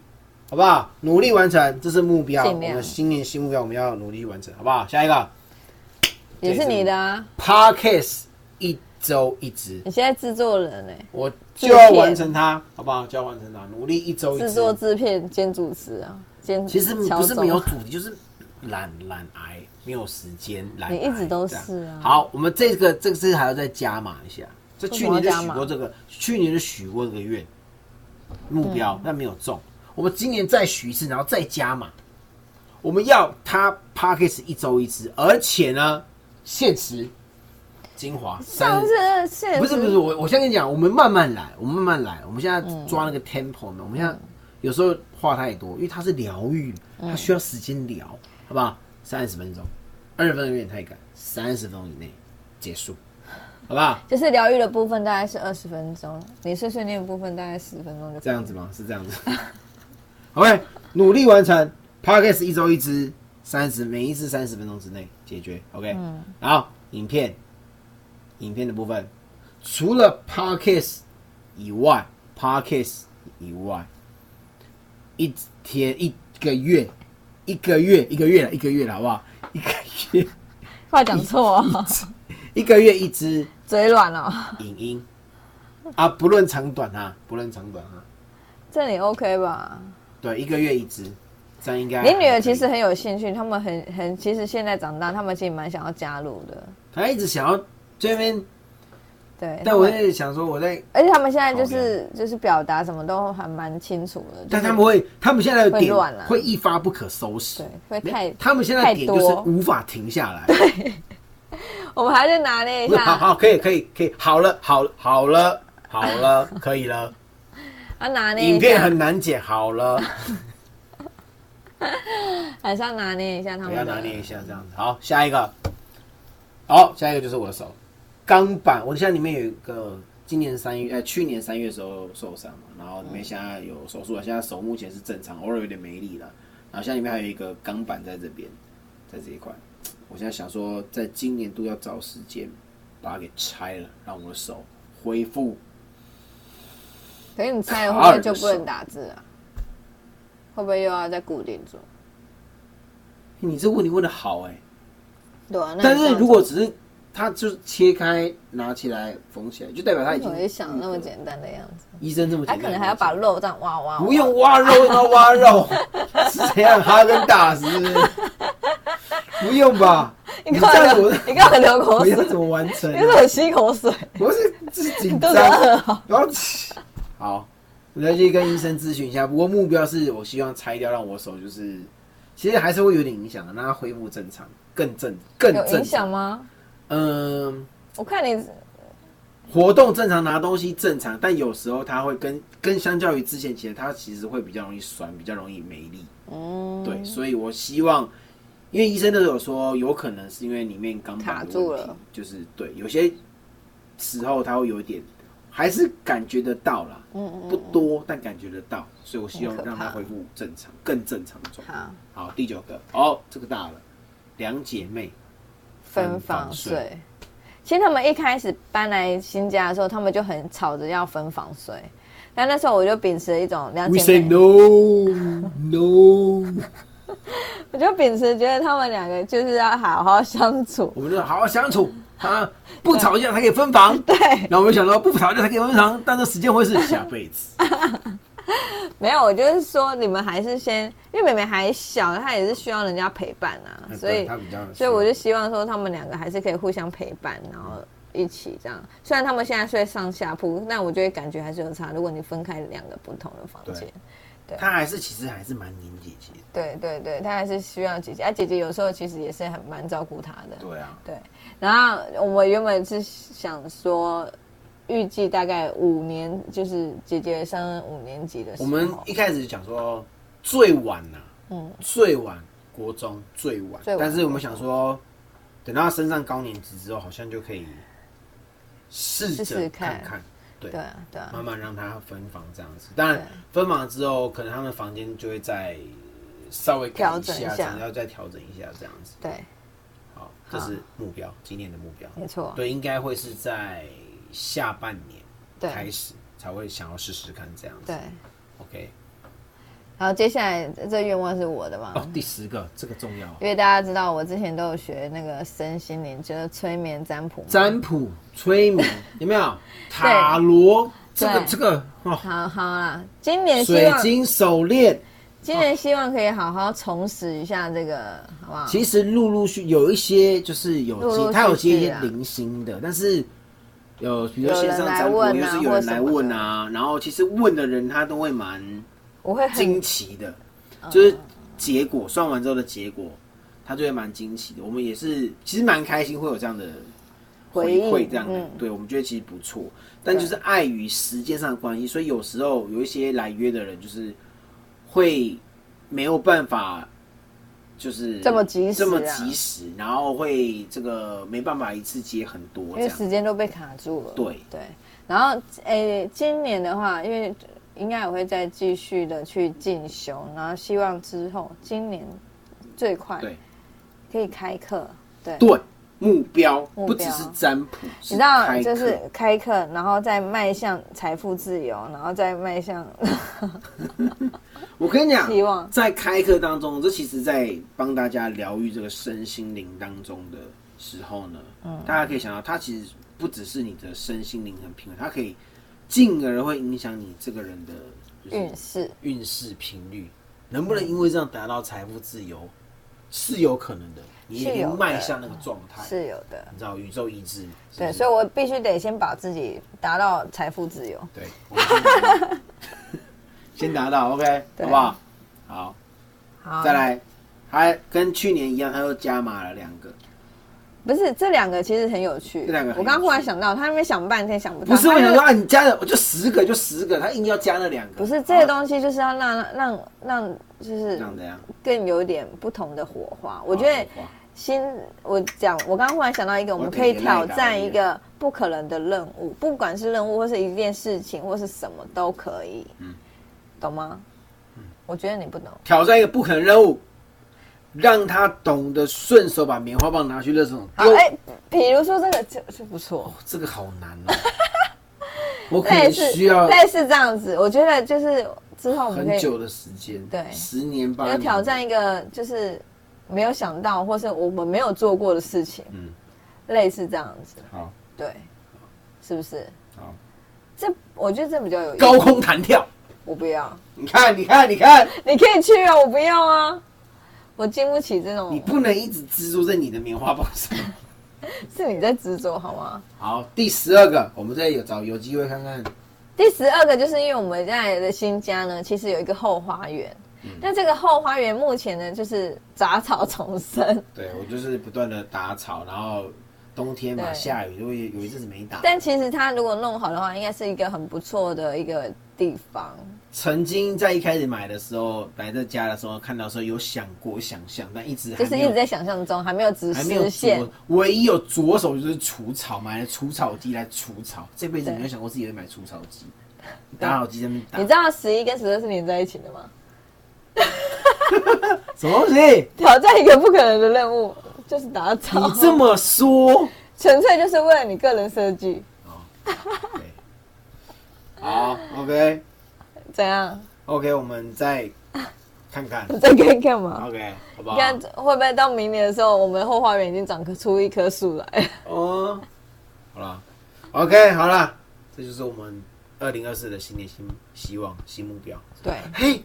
Speaker 3: 好不好？努力完成，这是目标。我
Speaker 4: 尽量
Speaker 3: 们新年新目标，我们要努力完成，好不好？下一个
Speaker 4: 也是你的啊！
Speaker 3: Parkes 一周一支，
Speaker 4: 你现在制作人呢、
Speaker 3: 我就要
Speaker 4: 制片
Speaker 3: 完成它，好不好？就要完成它，努力一周一
Speaker 4: 制
Speaker 3: 次。
Speaker 4: 作制片兼主持啊，兼
Speaker 3: 其实
Speaker 4: 乔
Speaker 3: 不是
Speaker 4: 总
Speaker 3: 没有主题，就是懒懒癌，没有时间懒癌。
Speaker 4: 你一直都
Speaker 3: 这样
Speaker 4: 是啊
Speaker 3: 好，我们这个这个是还要再加码一下。这去年就
Speaker 4: 为什
Speaker 3: 许
Speaker 4: 么要加码
Speaker 3: 过这个，去年就许过这个愿目标，
Speaker 4: 嗯
Speaker 3: 但没有中。我们今年再许一次，然后再加码。我们要它 p a c k a g e 一周一次，而且呢，限时精华三
Speaker 4: 上
Speaker 3: 十
Speaker 4: 次现实
Speaker 3: 不是不是，我我先跟你讲，我们慢慢来，我们慢慢来。我们现在抓那个 tempo 呢，我们现在有时候话太多，因为它是疗愈，它需要时间聊，好不好？三十分钟，二十分钟有点太赶，三十分钟以内结束，好不好？
Speaker 4: 就是疗愈的部分大概是二十分钟，你碎碎念的部分大概十分钟就
Speaker 3: 这样子吗？是这样子。OK，努力完成 p o d c a s t 一周一支，三十每一支三十分钟之内解决。OK，然后影片，影片的部分，除了 p o d c a s t 以外 p o d c a s t 以外，一天一个月，一个月一个月了，一个月了，好不好？一个月
Speaker 4: 快讲
Speaker 3: [LAUGHS]
Speaker 4: 错、哦，
Speaker 3: 一个月一支
Speaker 4: 嘴软哦，
Speaker 3: 影音啊，不论长短啊，不论长短啊，
Speaker 4: 这你 OK 吧？
Speaker 3: 对，一个月一支，这样应该
Speaker 4: 你
Speaker 3: 还
Speaker 4: 女儿
Speaker 3: 可以
Speaker 4: 其实很有兴趣，他们很很，其实现在长大，他们其实蛮想要加入的。
Speaker 3: 他一直想要这边
Speaker 4: 对，
Speaker 3: 但
Speaker 4: 他
Speaker 3: 我
Speaker 4: 们
Speaker 3: 在想说，我在，
Speaker 4: 而且他们现在就
Speaker 3: 考
Speaker 4: 是就是表达什么都还蛮清楚的，
Speaker 3: 但
Speaker 4: 就是
Speaker 3: 他们会，他们现在的
Speaker 4: 会
Speaker 3: 点
Speaker 4: 乱啊
Speaker 3: 会一发不可收拾
Speaker 4: 对，会
Speaker 3: 没
Speaker 4: 太
Speaker 3: 他们现在的
Speaker 4: 太
Speaker 3: 点就是
Speaker 4: 多，
Speaker 3: 无法停下来。
Speaker 4: 我们还是拿捏一
Speaker 3: 不是 [LAUGHS] 好
Speaker 4: 下，
Speaker 3: 好，可以，可以，可以，好了，好，好了，好
Speaker 4: [LAUGHS]
Speaker 3: 了，可以了。
Speaker 4: 要啊拿捏
Speaker 3: 影
Speaker 4: 一
Speaker 3: 片啊
Speaker 4: 下
Speaker 3: 很，难剪，好了，
Speaker 4: 还是要拿捏一下他
Speaker 3: 不
Speaker 4: 们
Speaker 3: 要
Speaker 4: 的。
Speaker 3: 啊拿捏一下这样子。好，下一个，好，下一个就是我的手，钢板。我现在里面有一个今年三月，呃，去年三月的时候受伤嘛，然后里面现在有手术了，现在手目前是正常，偶尔有点没力了。然后现在里面还有一个钢板在这边，在这一块。我现在想说，在今年度要找时间把它给拆了，让我的手恢复。
Speaker 4: 可是你拆了会
Speaker 3: 卡
Speaker 4: 不
Speaker 3: 尔
Speaker 4: 会
Speaker 3: 的
Speaker 4: 就不
Speaker 3: 手
Speaker 4: 能打字啊？会不会又要再固定住？
Speaker 3: 你这问题问的好哎、
Speaker 4: 对啊，那
Speaker 3: 但
Speaker 4: 你这
Speaker 3: 是
Speaker 4: 样
Speaker 3: 如果
Speaker 4: 子
Speaker 3: 只是它就是切开拿起来缝起来，就代表它已
Speaker 4: 我
Speaker 3: 经
Speaker 4: 一想那么简单的样子，
Speaker 3: 医生这么简
Speaker 4: 他
Speaker 3: 单，
Speaker 4: 可能还要把肉这样挖
Speaker 3: [LAUGHS]
Speaker 4: 挖。
Speaker 3: 不用挖肉，用到挖肉 [LAUGHS] 是怎样？哈根达斯 [LAUGHS] 不用
Speaker 4: [LAUGHS]
Speaker 3: 吧？
Speaker 4: 你
Speaker 3: 这
Speaker 4: 干嘛
Speaker 3: 样子
Speaker 4: 流
Speaker 3: 我，
Speaker 4: 你干嘛流口
Speaker 3: 我
Speaker 4: 水
Speaker 3: 要？怎么完成
Speaker 4: 你
Speaker 3: 啊、
Speaker 4: 怎么吸口水？
Speaker 3: 我是自己紧
Speaker 4: 肚
Speaker 3: 张
Speaker 4: 子饿哦，
Speaker 3: 然后 [LAUGHS] 好，我再去跟医生咨询一下。不过目标是我希望拆掉，让我手就是其实还是会有点影响的，让它恢复正常，更正更
Speaker 4: 有
Speaker 3: 正
Speaker 4: 影响
Speaker 3: 常。
Speaker 4: 吗？
Speaker 3: 嗯、
Speaker 4: 我看你
Speaker 3: 活动正常，拿东西正常，但有时候它会跟跟相较于之前其实它其实会比较容易酸，比较容易没力。
Speaker 4: 嗯，
Speaker 3: 对，所以我希望，因为医生都有说，有可能是因为里面钢板的
Speaker 4: 卡住
Speaker 3: 问题
Speaker 4: 了，
Speaker 3: 就是对，有些时候它会有一点，还是感觉得到啦，
Speaker 4: 嗯
Speaker 3: 不多，但感觉得到，所以我希望
Speaker 4: 很可
Speaker 3: 让它
Speaker 4: 怕
Speaker 3: 恢复正常，更正常的状态。
Speaker 4: 好，
Speaker 3: 好，第九个，哦，这个大了，两姐妹，
Speaker 4: 分房睡。其实他们一开始搬来新家的时候，他们就很吵着要分房睡，但那时候我就秉持了一种两
Speaker 3: We
Speaker 4: 啊姐
Speaker 3: say
Speaker 4: 妹，
Speaker 3: no, no。
Speaker 4: 我就秉持觉得他们两个就是要好好相处。
Speaker 3: [LAUGHS]
Speaker 4: [LAUGHS]
Speaker 3: 我们就好好相处啊，不吵架才可以分房。
Speaker 4: [LAUGHS] 对，
Speaker 3: 然后我就想到不吵架才可以分房，但这时间会是下辈
Speaker 4: [LAUGHS]
Speaker 3: 子。
Speaker 4: 没有，我就是说你们还是先，因为妹妹还小，她也是需要人家陪伴啊，所以
Speaker 3: 他比较，
Speaker 4: 所以我就希望说，他们两个还是可以互相陪伴，然后一起这样。虽然他们现在睡上下铺，但我就会感觉还是有差。如果你分开两个不同的房间，
Speaker 3: 他还是其实还是蛮黏姐姐的。
Speaker 4: 对对对，他还是需要姐姐。啊，姐姐有时候其实也是很蛮照顾他的。
Speaker 3: 对啊，
Speaker 4: 对，然后我们原本是想说，预计大概五年，就是姐姐升五年级的时
Speaker 3: 我
Speaker 4: 候，
Speaker 3: 们一开始讲说最晚呐、
Speaker 4: 嗯
Speaker 3: 最晚国中最晚，
Speaker 4: 最晚
Speaker 3: 但是我们想说，等到他升上高年级之后，好像就可以试
Speaker 4: 试
Speaker 3: 着
Speaker 4: 试
Speaker 3: 看
Speaker 4: 看
Speaker 3: 看，对
Speaker 4: 对啊对啊
Speaker 3: 慢慢让他分房这样子。当然
Speaker 4: 对，
Speaker 3: 分房之后，可能他们房间就会再稍微改
Speaker 4: 调整一
Speaker 3: 下，
Speaker 4: 下
Speaker 3: 可能要再调整一下这样子。
Speaker 4: 对，
Speaker 3: 好，这是目标，今年的目标。
Speaker 4: 没错
Speaker 3: 对，应该会是在下半年
Speaker 4: 对
Speaker 3: 开始才会想要试试看这样子。
Speaker 4: 对。
Speaker 3: OK，
Speaker 4: 然后接下来这愿望是我的嘛？
Speaker 3: 哦，第十个这个重要，
Speaker 4: 因为大家知道，我之前都有学那个身心灵，就是催眠占卜嘛。
Speaker 3: 占卜、催眠有没有？塔罗这个
Speaker 4: 对
Speaker 3: 这个哦，
Speaker 4: 好好啦，今年希
Speaker 3: 水
Speaker 4: 望嗯
Speaker 3: 晶手链，
Speaker 4: 今年希望可以好好重拾一下这个，好不好？
Speaker 3: 其实陆陆续有一些就是有
Speaker 4: 陆陆续
Speaker 3: 接，
Speaker 4: 续
Speaker 3: 它有接一些
Speaker 4: 啊
Speaker 3: 零星的，但是。有，比如说
Speaker 4: 有
Speaker 3: 线
Speaker 4: 人
Speaker 3: 上
Speaker 4: 来
Speaker 3: 占卜，
Speaker 4: 问
Speaker 3: 又
Speaker 4: 啊
Speaker 3: 是有
Speaker 4: 或
Speaker 3: 人
Speaker 4: 什
Speaker 3: 来
Speaker 4: 么的
Speaker 3: 问啊，然后其实问的人他都会蛮
Speaker 4: 我会很
Speaker 3: 惊奇的，
Speaker 4: 嗯
Speaker 3: 就是结果算完之后的结果，他就会蛮惊奇的。我们也是其实蛮开心会有这样的
Speaker 4: 回应
Speaker 3: 馈，这样的
Speaker 4: 嗯，
Speaker 3: 对我们觉得其实不错。但就是碍于时间上的关系，所以有时候有一些来约的人就是会没有办法。就是
Speaker 4: 这么及时啊
Speaker 3: 这么及时，然后会这个没办法一次接很多
Speaker 4: 因
Speaker 3: 这
Speaker 4: 为
Speaker 3: 样，
Speaker 4: 时间都被卡住了。
Speaker 3: 对
Speaker 4: 对，然后诶、今年的话，因为应该也会再继续的去进修，然后希望之后今年最快
Speaker 3: 对
Speaker 4: 可以开课。对，
Speaker 3: 对目标
Speaker 4: 目标啊
Speaker 3: 不只是占卜，
Speaker 4: 你
Speaker 3: 你
Speaker 4: 知道，就是开课，然后再迈向财富自由，然后再迈向
Speaker 3: 我跟你讲，
Speaker 4: 希望
Speaker 3: 在开课当中，这其实在帮大家疗愈这个身心灵当中的时候呢，
Speaker 4: 嗯
Speaker 3: 大家可以想到，它其实不只是你的身心灵很平衡，它可以进而会影响你这个人的就是
Speaker 4: 运势。
Speaker 3: 运势频率，能不能因为这样达到财富自由，是有可能的，你已
Speaker 4: 是有
Speaker 3: 经
Speaker 4: 的
Speaker 3: 迈向那个状态，
Speaker 4: 是有的。
Speaker 3: 你知道宇宙意志，
Speaker 4: 对，所以我必须得先把自己达到财富自由。
Speaker 3: 对，我们先先 [LAUGHS] 达到 OK，
Speaker 4: 对
Speaker 3: 好不好？好，
Speaker 4: 好
Speaker 3: 再，来，还跟去年一样，他又加码了两个，
Speaker 4: 不是这两个其实很有趣。
Speaker 3: 这两个很有
Speaker 4: 我刚忽然想到，他那边想半天想不到。
Speaker 3: 不是我
Speaker 4: 他就
Speaker 3: 想说啊，你加的我就十个就十个，他硬要加那两个，
Speaker 4: 不是这些
Speaker 3: 啊
Speaker 4: 东西，就是要让让让，就是
Speaker 3: 这样哦怎样？
Speaker 4: 更有点不同的火花。我觉得
Speaker 3: 好哇
Speaker 4: 新，我讲，我刚刚忽然想到一个，我们可以挑战一个不可能的任务，不管是任务或是一件事情或是什么都可以，
Speaker 3: 嗯
Speaker 4: 懂吗？我觉得你不懂，
Speaker 3: 挑战一个不可能任务，让他懂得顺手把棉花棒拿去垃圾桶
Speaker 4: 好，
Speaker 3: 丢。
Speaker 4: 哎、比如说这个就就不错，
Speaker 3: 这个好难
Speaker 4: [LAUGHS]
Speaker 3: 哦，我可能
Speaker 4: 类似
Speaker 3: 需要
Speaker 4: 类似这样子，我觉得就是之后我们可
Speaker 3: 很
Speaker 4: 以
Speaker 3: 久的时间，
Speaker 4: 对
Speaker 3: 十年八
Speaker 4: 有
Speaker 3: 年
Speaker 4: 挑战一个就是没有想到或是我们没有做过的事情，
Speaker 3: 嗯
Speaker 4: 类似这样子，
Speaker 3: 好
Speaker 4: 对，是不是？
Speaker 3: 好
Speaker 4: 这我觉得这比较有意思
Speaker 3: 高，空弹跳，
Speaker 4: 我不要，
Speaker 3: 你看你看你看，
Speaker 4: 你可以去啊，我不要啊，我经不起这种，
Speaker 3: 你不能一直执着在你的棉花棒上。
Speaker 4: 是你在执着好吗？
Speaker 3: 好，第十二个，我们再有找有机会看看，
Speaker 4: 第十二个就是因为我们在的新家呢，其实有一个后花园，
Speaker 3: 嗯
Speaker 4: 那这个后花园目前呢就是杂草丛生，
Speaker 3: 对我就是不断的打草，然后冬天嘛
Speaker 4: 对
Speaker 3: 下雨，因为有一阵子没打，
Speaker 4: 但其实它如果弄好的话，应该是一个很不错的一个地方。
Speaker 3: 曾经在一开始买的时候，来这家的时候看到的时候有想过想象，但一直还
Speaker 4: 就是
Speaker 3: 没
Speaker 4: 一
Speaker 3: 有
Speaker 4: 直在想象中，还没有直
Speaker 3: 还没有
Speaker 4: 实现
Speaker 3: 着。，唯一有着手就是除草，买了除草机来除草。这辈子没有想过自己会买除草机，打草机在那边打
Speaker 4: 你知，道十一跟十二是连在一起的吗？
Speaker 3: 什么东西？
Speaker 4: 挑战一个不可能的任务，就是打
Speaker 3: 你
Speaker 4: 草，
Speaker 3: 这么
Speaker 4: [LAUGHS]
Speaker 3: 说，
Speaker 4: 纯粹就是为了你个人设计。
Speaker 3: 对好，OK
Speaker 4: 怎样？
Speaker 3: OK，我们再看看
Speaker 4: 你在干干嘛？
Speaker 3: ，OK，好不
Speaker 4: 你
Speaker 3: 好？
Speaker 4: 看会不会到明年的时候，我们后花园已经长出一棵树来？
Speaker 3: 哦，好了，OK，好了，这就是我们二零二四的新年新希望、新目标。
Speaker 4: 对，
Speaker 3: 嘿，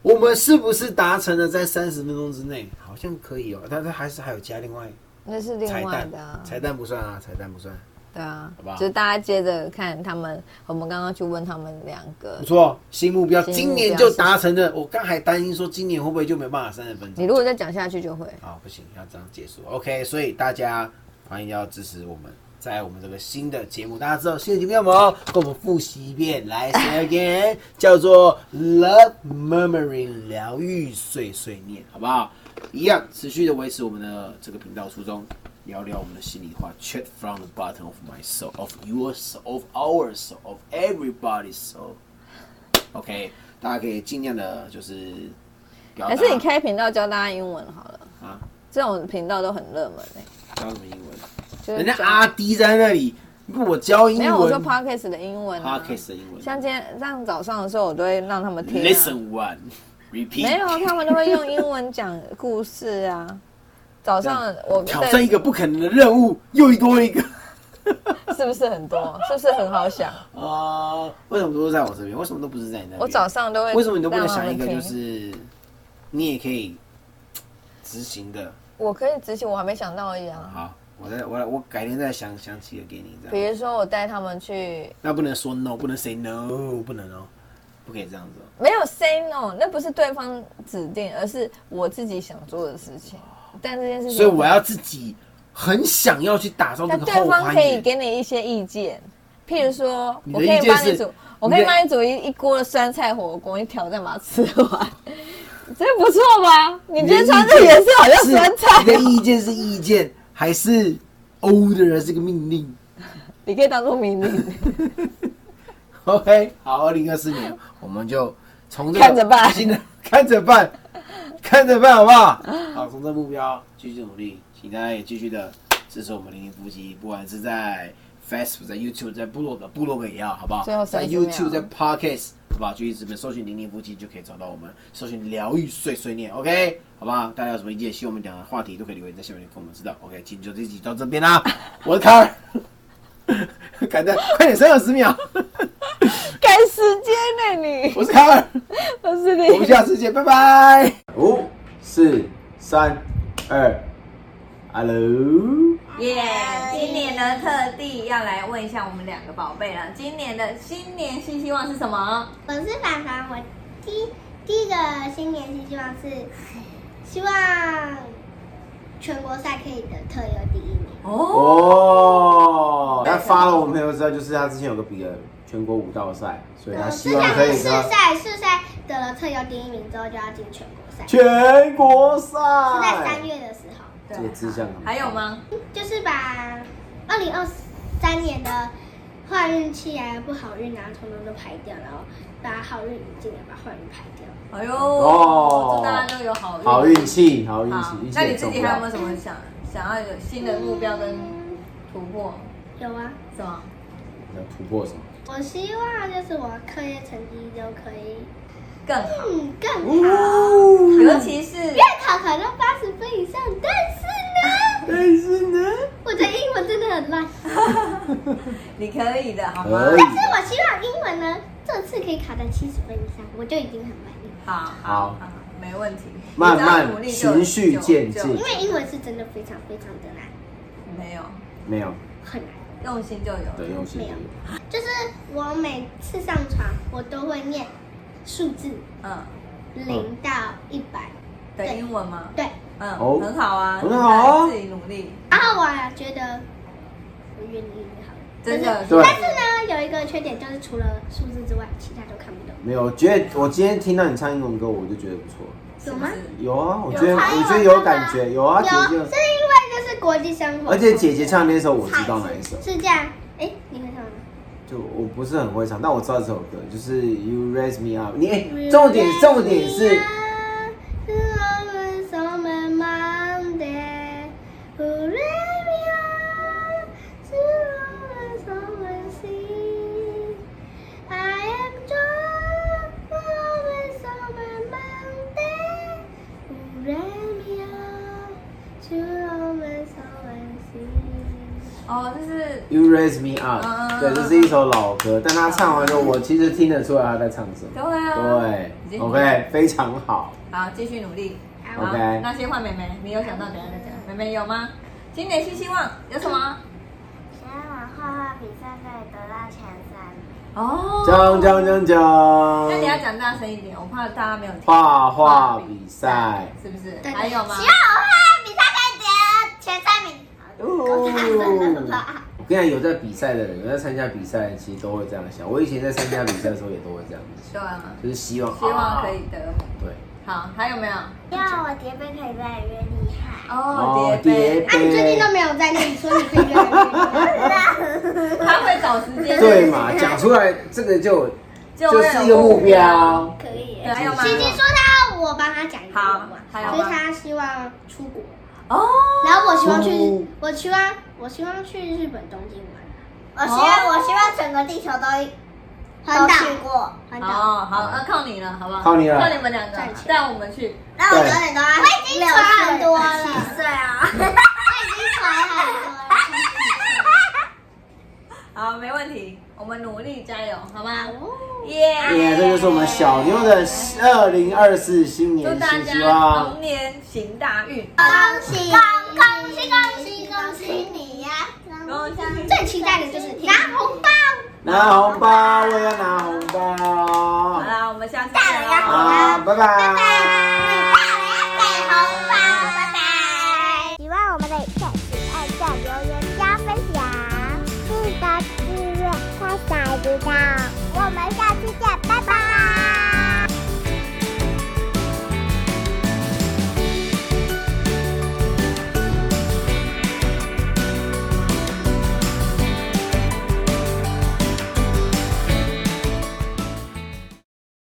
Speaker 3: 我们是不是达成了在三十分钟之内？好像可以哦，但是还是还有加另外
Speaker 4: 那是另
Speaker 3: 彩
Speaker 4: 外
Speaker 3: 蛋
Speaker 4: 的、啊，。
Speaker 3: 彩蛋不算啊，彩蛋不算，
Speaker 4: 对啊
Speaker 3: 好不好，
Speaker 4: 就是大家接着看他们，我们刚刚去问他们两个
Speaker 3: 不，错，哦新目标，
Speaker 4: 新
Speaker 3: 今
Speaker 4: 目标
Speaker 3: 年就达成了。我刚还担心说今年会不会就没办法三十分
Speaker 4: 你
Speaker 3: 钟，
Speaker 4: 如果再讲下去就会。
Speaker 3: 好，啊不行，要这样结束。OK，所以大家欢迎要支持我们。在我们这个新的节目，大家知道新的节目叫什么？哦跟我们复习一遍，来 say again，叫做 Love Murmuring 疗愈碎碎念，好不好？一样持续的维持我们的这个频道初衷，聊聊我们的心里话，chat from the bottom of my soul, of your soul, of our soul, of everybody's soul。OK，大家可以尽量的，就是表达
Speaker 4: 还是你开频道教大家英文好了，
Speaker 3: 啊，
Speaker 4: 这种频道都很热门诶、
Speaker 3: 教什么英文？
Speaker 4: 就是
Speaker 3: 人家
Speaker 4: 教
Speaker 3: 阿迪在那里，我教英
Speaker 4: 没
Speaker 3: 文。
Speaker 4: 有，我说 podcast 的英文、啊。
Speaker 3: podcast 的英文。
Speaker 4: 像今天这样早上的时候，我都会让他们听、啊。
Speaker 3: listen one repeat。
Speaker 4: 没有，他们都会用英文讲故事啊。早上我
Speaker 3: 挑战一个不可能的任务，又多一个。
Speaker 4: 对是不是很多？是不是很
Speaker 3: [LAUGHS]
Speaker 4: 好想？
Speaker 3: 啊，为什么都是在我这边？为什么都不是在你那边？
Speaker 4: 我早上都会。
Speaker 3: 为什么你都不能想一个就是你也可以执行的？
Speaker 4: 我可以执行，我还没想到而已啊。
Speaker 3: 好，我再我来我改天再想想几个给你这
Speaker 4: 比
Speaker 3: 样。
Speaker 4: 如说，我带他们去，
Speaker 3: 那不能说 no，不能 say no，不能哦，不可以这样子哦。
Speaker 4: 没有 say no，那不是对方指定，而是我自己想做的事情。但这件事情，
Speaker 3: 所以我要自己很想要去打造这
Speaker 4: 那
Speaker 3: 个
Speaker 4: 对
Speaker 3: 后
Speaker 4: 方
Speaker 3: 花
Speaker 4: 可以
Speaker 3: 园。嗯
Speaker 4: 给你一些意见，譬如说，
Speaker 3: 你的
Speaker 4: 我可以
Speaker 3: 意见
Speaker 4: 帮你
Speaker 3: 是
Speaker 4: 煮，我可
Speaker 3: 你
Speaker 4: 以
Speaker 3: 的
Speaker 4: 帮你煮一一锅的酸菜火锅，你挑战把它吃
Speaker 3: [LAUGHS]
Speaker 4: 完，这不错吧？你今天穿这颜色好像酸菜啊
Speaker 3: 你，的意见是意见，还是 order 是个命令
Speaker 4: 你可以当做命
Speaker 3: [LAUGHS]
Speaker 4: 令，
Speaker 3: ？OK，好，二零二四年我们就从这个
Speaker 4: 看着办
Speaker 3: 新的看着办，看着办，好不
Speaker 4: [LAUGHS]
Speaker 3: 好？好，从这目标继续努力，请大家也继续的支持我们零零夫妻，不管是在 Facebook、在 YouTube、在部落格、部落格也要，好不好？
Speaker 4: 最后
Speaker 3: 在
Speaker 4: 30秒
Speaker 3: YouTube、在 Podcast，好不好？去这边搜寻零零夫妻就可以找到我们，搜寻疗愈碎碎念，OK，好不好？大家有什么意见，希望我们讲的话题都可以留言在下面跟我们知道，OK，今天就这集到这边
Speaker 4: [LAUGHS]
Speaker 3: 啦，我是卡尔， [LAUGHS] 赶在快点三二十
Speaker 4: [LAUGHS]
Speaker 3: 秒，
Speaker 4: 赶时
Speaker 3: [LAUGHS]
Speaker 4: 间呢、你，
Speaker 3: 我是卡尔，
Speaker 4: 我是你，
Speaker 3: 我们下次见，拜拜，五四三、二，Hello，
Speaker 4: 耶、今年呢特地要来问一下我们两个宝贝了，今年的新年新希望是什么？
Speaker 2: 我是凡凡，我第第一个新年新希望是希望全国赛可以得特优第一名。
Speaker 4: 哦，
Speaker 3: 哦，他发了我们朋友知道，就是他之前有个比了全国武道赛，所以他
Speaker 2: 我之
Speaker 3: 希望可
Speaker 2: 前
Speaker 3: 以
Speaker 2: 是
Speaker 3: 说
Speaker 2: 世赛，世赛得了特优第一名之后就要进全国赛，是
Speaker 3: 全国赛，
Speaker 2: 在三月的时候，
Speaker 4: 对啊
Speaker 3: 这个志向很
Speaker 4: 还有吗？
Speaker 2: 就是把二零二三年的坏运气啊、不好运啊，统统都排掉，然后把好运引进来，把坏运排掉。
Speaker 4: 哎呦，
Speaker 3: 哦
Speaker 4: 祝大家都有好运。
Speaker 3: 好运气，好运
Speaker 4: 好
Speaker 3: 气，运气
Speaker 4: 啊那你
Speaker 3: 很
Speaker 4: 自
Speaker 3: 重
Speaker 4: 己还有
Speaker 3: 要
Speaker 4: 没有。什么想想要有新的目标跟突破？
Speaker 2: 有啊，
Speaker 4: 是吗？
Speaker 3: 要突破什么？
Speaker 2: 我希望就是我课业成绩都可以
Speaker 4: 更好，
Speaker 2: 嗯更好，
Speaker 3: 哦，
Speaker 4: 尤其是
Speaker 2: 月考考到八十分以上。但是呢， [LAUGHS]
Speaker 3: 但哎是呢，
Speaker 2: 我的英文真的很烂，
Speaker 4: 你可以的，好吗
Speaker 3: 可？以
Speaker 2: 但是我希望英文呢这次可以考到七十分以上，我就已经很满意了。
Speaker 4: 好好好，没问题。
Speaker 3: 慢
Speaker 4: 你只要
Speaker 3: 慢
Speaker 4: 努力就
Speaker 3: 循序
Speaker 4: 就
Speaker 3: 渐
Speaker 4: 就
Speaker 3: 进
Speaker 2: 因为英文是真的非常非常的难，
Speaker 4: 没有
Speaker 3: 没有，
Speaker 2: 很难。
Speaker 4: 用心就有了。
Speaker 3: 对，用心
Speaker 2: 没有就是我每次上床，我都会念数字
Speaker 4: 嗯，
Speaker 2: 零到一百，
Speaker 4: 对，
Speaker 2: 对
Speaker 4: 英文吗？
Speaker 2: 对。
Speaker 4: 嗯，
Speaker 3: 哦
Speaker 4: 很好啊，
Speaker 3: 很好啊
Speaker 4: 自己努力，
Speaker 2: 然后我觉得我愿意好了。
Speaker 4: 真的。
Speaker 3: 对
Speaker 2: 但是呢，有一个缺点就是除了数字之外，其他都看不懂，
Speaker 3: 没有。我觉得我今天听到你唱英文歌，我就觉得不错。
Speaker 4: 是
Speaker 2: 有
Speaker 4: 不
Speaker 2: 吗？
Speaker 4: 是？
Speaker 3: 有啊，我觉得
Speaker 2: 有唱英
Speaker 3: 我
Speaker 2: 文
Speaker 3: 觉得有感觉，有啊，姐
Speaker 2: 有，是因
Speaker 3: 姐。
Speaker 2: 为就是国际生活。
Speaker 3: 而且姐姐唱那首我知道哪一首，
Speaker 2: 是这样，哎，你会唱吗？
Speaker 3: 就我不是很会唱，但我知道这首歌，就是 You Raise Me Up。你哎重点重点是
Speaker 2: Love is on my Monday, hooray, we are, to always, always see. I am joyful, always on my Monday, hooray, we are, to always, always see.
Speaker 4: 哦，就是。
Speaker 3: You Raise Me Up，、
Speaker 4: 嗯
Speaker 3: 对，这是一首老歌，但她唱完了，我其实听得出来她在唱什
Speaker 4: 对
Speaker 3: 么。
Speaker 4: 啊，已
Speaker 3: 对
Speaker 4: 经
Speaker 3: ，OK，非常好。
Speaker 4: 好，继续努力。
Speaker 2: 好
Speaker 4: 好
Speaker 3: OK
Speaker 4: 那先换妹妹，你有想到等一下再讲。妹妹有吗？今年新希望有什么？
Speaker 2: 希望我画画比赛可以得到前三
Speaker 4: 哦，
Speaker 3: 讲讲讲讲。
Speaker 4: 那你要讲大声一点，我怕大家没有听。
Speaker 3: 画画比赛。
Speaker 4: 是不是？
Speaker 2: 对
Speaker 4: 还有吗？
Speaker 2: 希望我画比赛可以得前三名。
Speaker 3: 哦我跟你讲，有在比赛的人，有在参加比赛，其实都会这样想。我以前在参加比赛的时候，也都会这样子
Speaker 4: 对
Speaker 3: 想，
Speaker 4: 啊，
Speaker 3: 就是希望
Speaker 4: 希望可
Speaker 3: 啊
Speaker 4: 以得。
Speaker 3: 对，
Speaker 4: 好，还有没有？
Speaker 2: 希望我叠杯可以越来越厉害。
Speaker 4: 哦，叠
Speaker 3: 叠
Speaker 4: 杯，
Speaker 2: 啊，你最近都没有在练，你说你可以越来越厉害。
Speaker 4: 他会找时间。
Speaker 3: 对嘛，讲出来这个就
Speaker 4: 就
Speaker 3: 就
Speaker 4: 会有
Speaker 3: 是一个目。标。
Speaker 2: [LAUGHS] 可以
Speaker 4: 对，还有吗？
Speaker 2: 琪琪说他要我帮他讲英文
Speaker 4: 好
Speaker 2: 嘛，
Speaker 4: 还有
Speaker 2: 所
Speaker 4: 吗
Speaker 2: 以他希望出国，
Speaker 4: 哦，
Speaker 2: 然后我希望
Speaker 3: 哦
Speaker 2: 去，我希望我希望去日本东京玩，啊
Speaker 5: 我
Speaker 2: 哦
Speaker 5: 希
Speaker 3: 哦
Speaker 5: 望，我希望整个地球都
Speaker 2: 环
Speaker 5: 都
Speaker 2: 岛
Speaker 5: 去过，
Speaker 2: 环岛。
Speaker 4: 好好，那靠你了，好不好？
Speaker 3: 靠你了
Speaker 4: 靠你们两个
Speaker 2: 赚钱
Speaker 4: 带我们去。
Speaker 5: 那我永远都要
Speaker 2: 已经传很多了
Speaker 5: 七岁啊，
Speaker 2: 已经传很多了
Speaker 4: 好，没问题，我们努力加油，好吗？
Speaker 2: 哦
Speaker 4: 耶！
Speaker 3: 耶，这就是我们小妞的二零二四新
Speaker 4: 祝
Speaker 3: 年
Speaker 4: 大
Speaker 3: 新希
Speaker 4: 家
Speaker 3: 望
Speaker 4: 龙。年行大运，
Speaker 2: 恭喜
Speaker 5: 恭喜恭喜恭喜你呀！
Speaker 4: 恭喜！
Speaker 2: 最期待的就是拿红包。
Speaker 3: 拿红包，我要拿红包
Speaker 4: 好。啦，我们下次见
Speaker 5: 大家
Speaker 4: 啦。
Speaker 3: 啊，拜拜。
Speaker 5: 给红包，拜拜。
Speaker 1: 喜欢我们的影片，请按赞、留言、加分享，记得订阅，开小铃铛。我们下期见，拜拜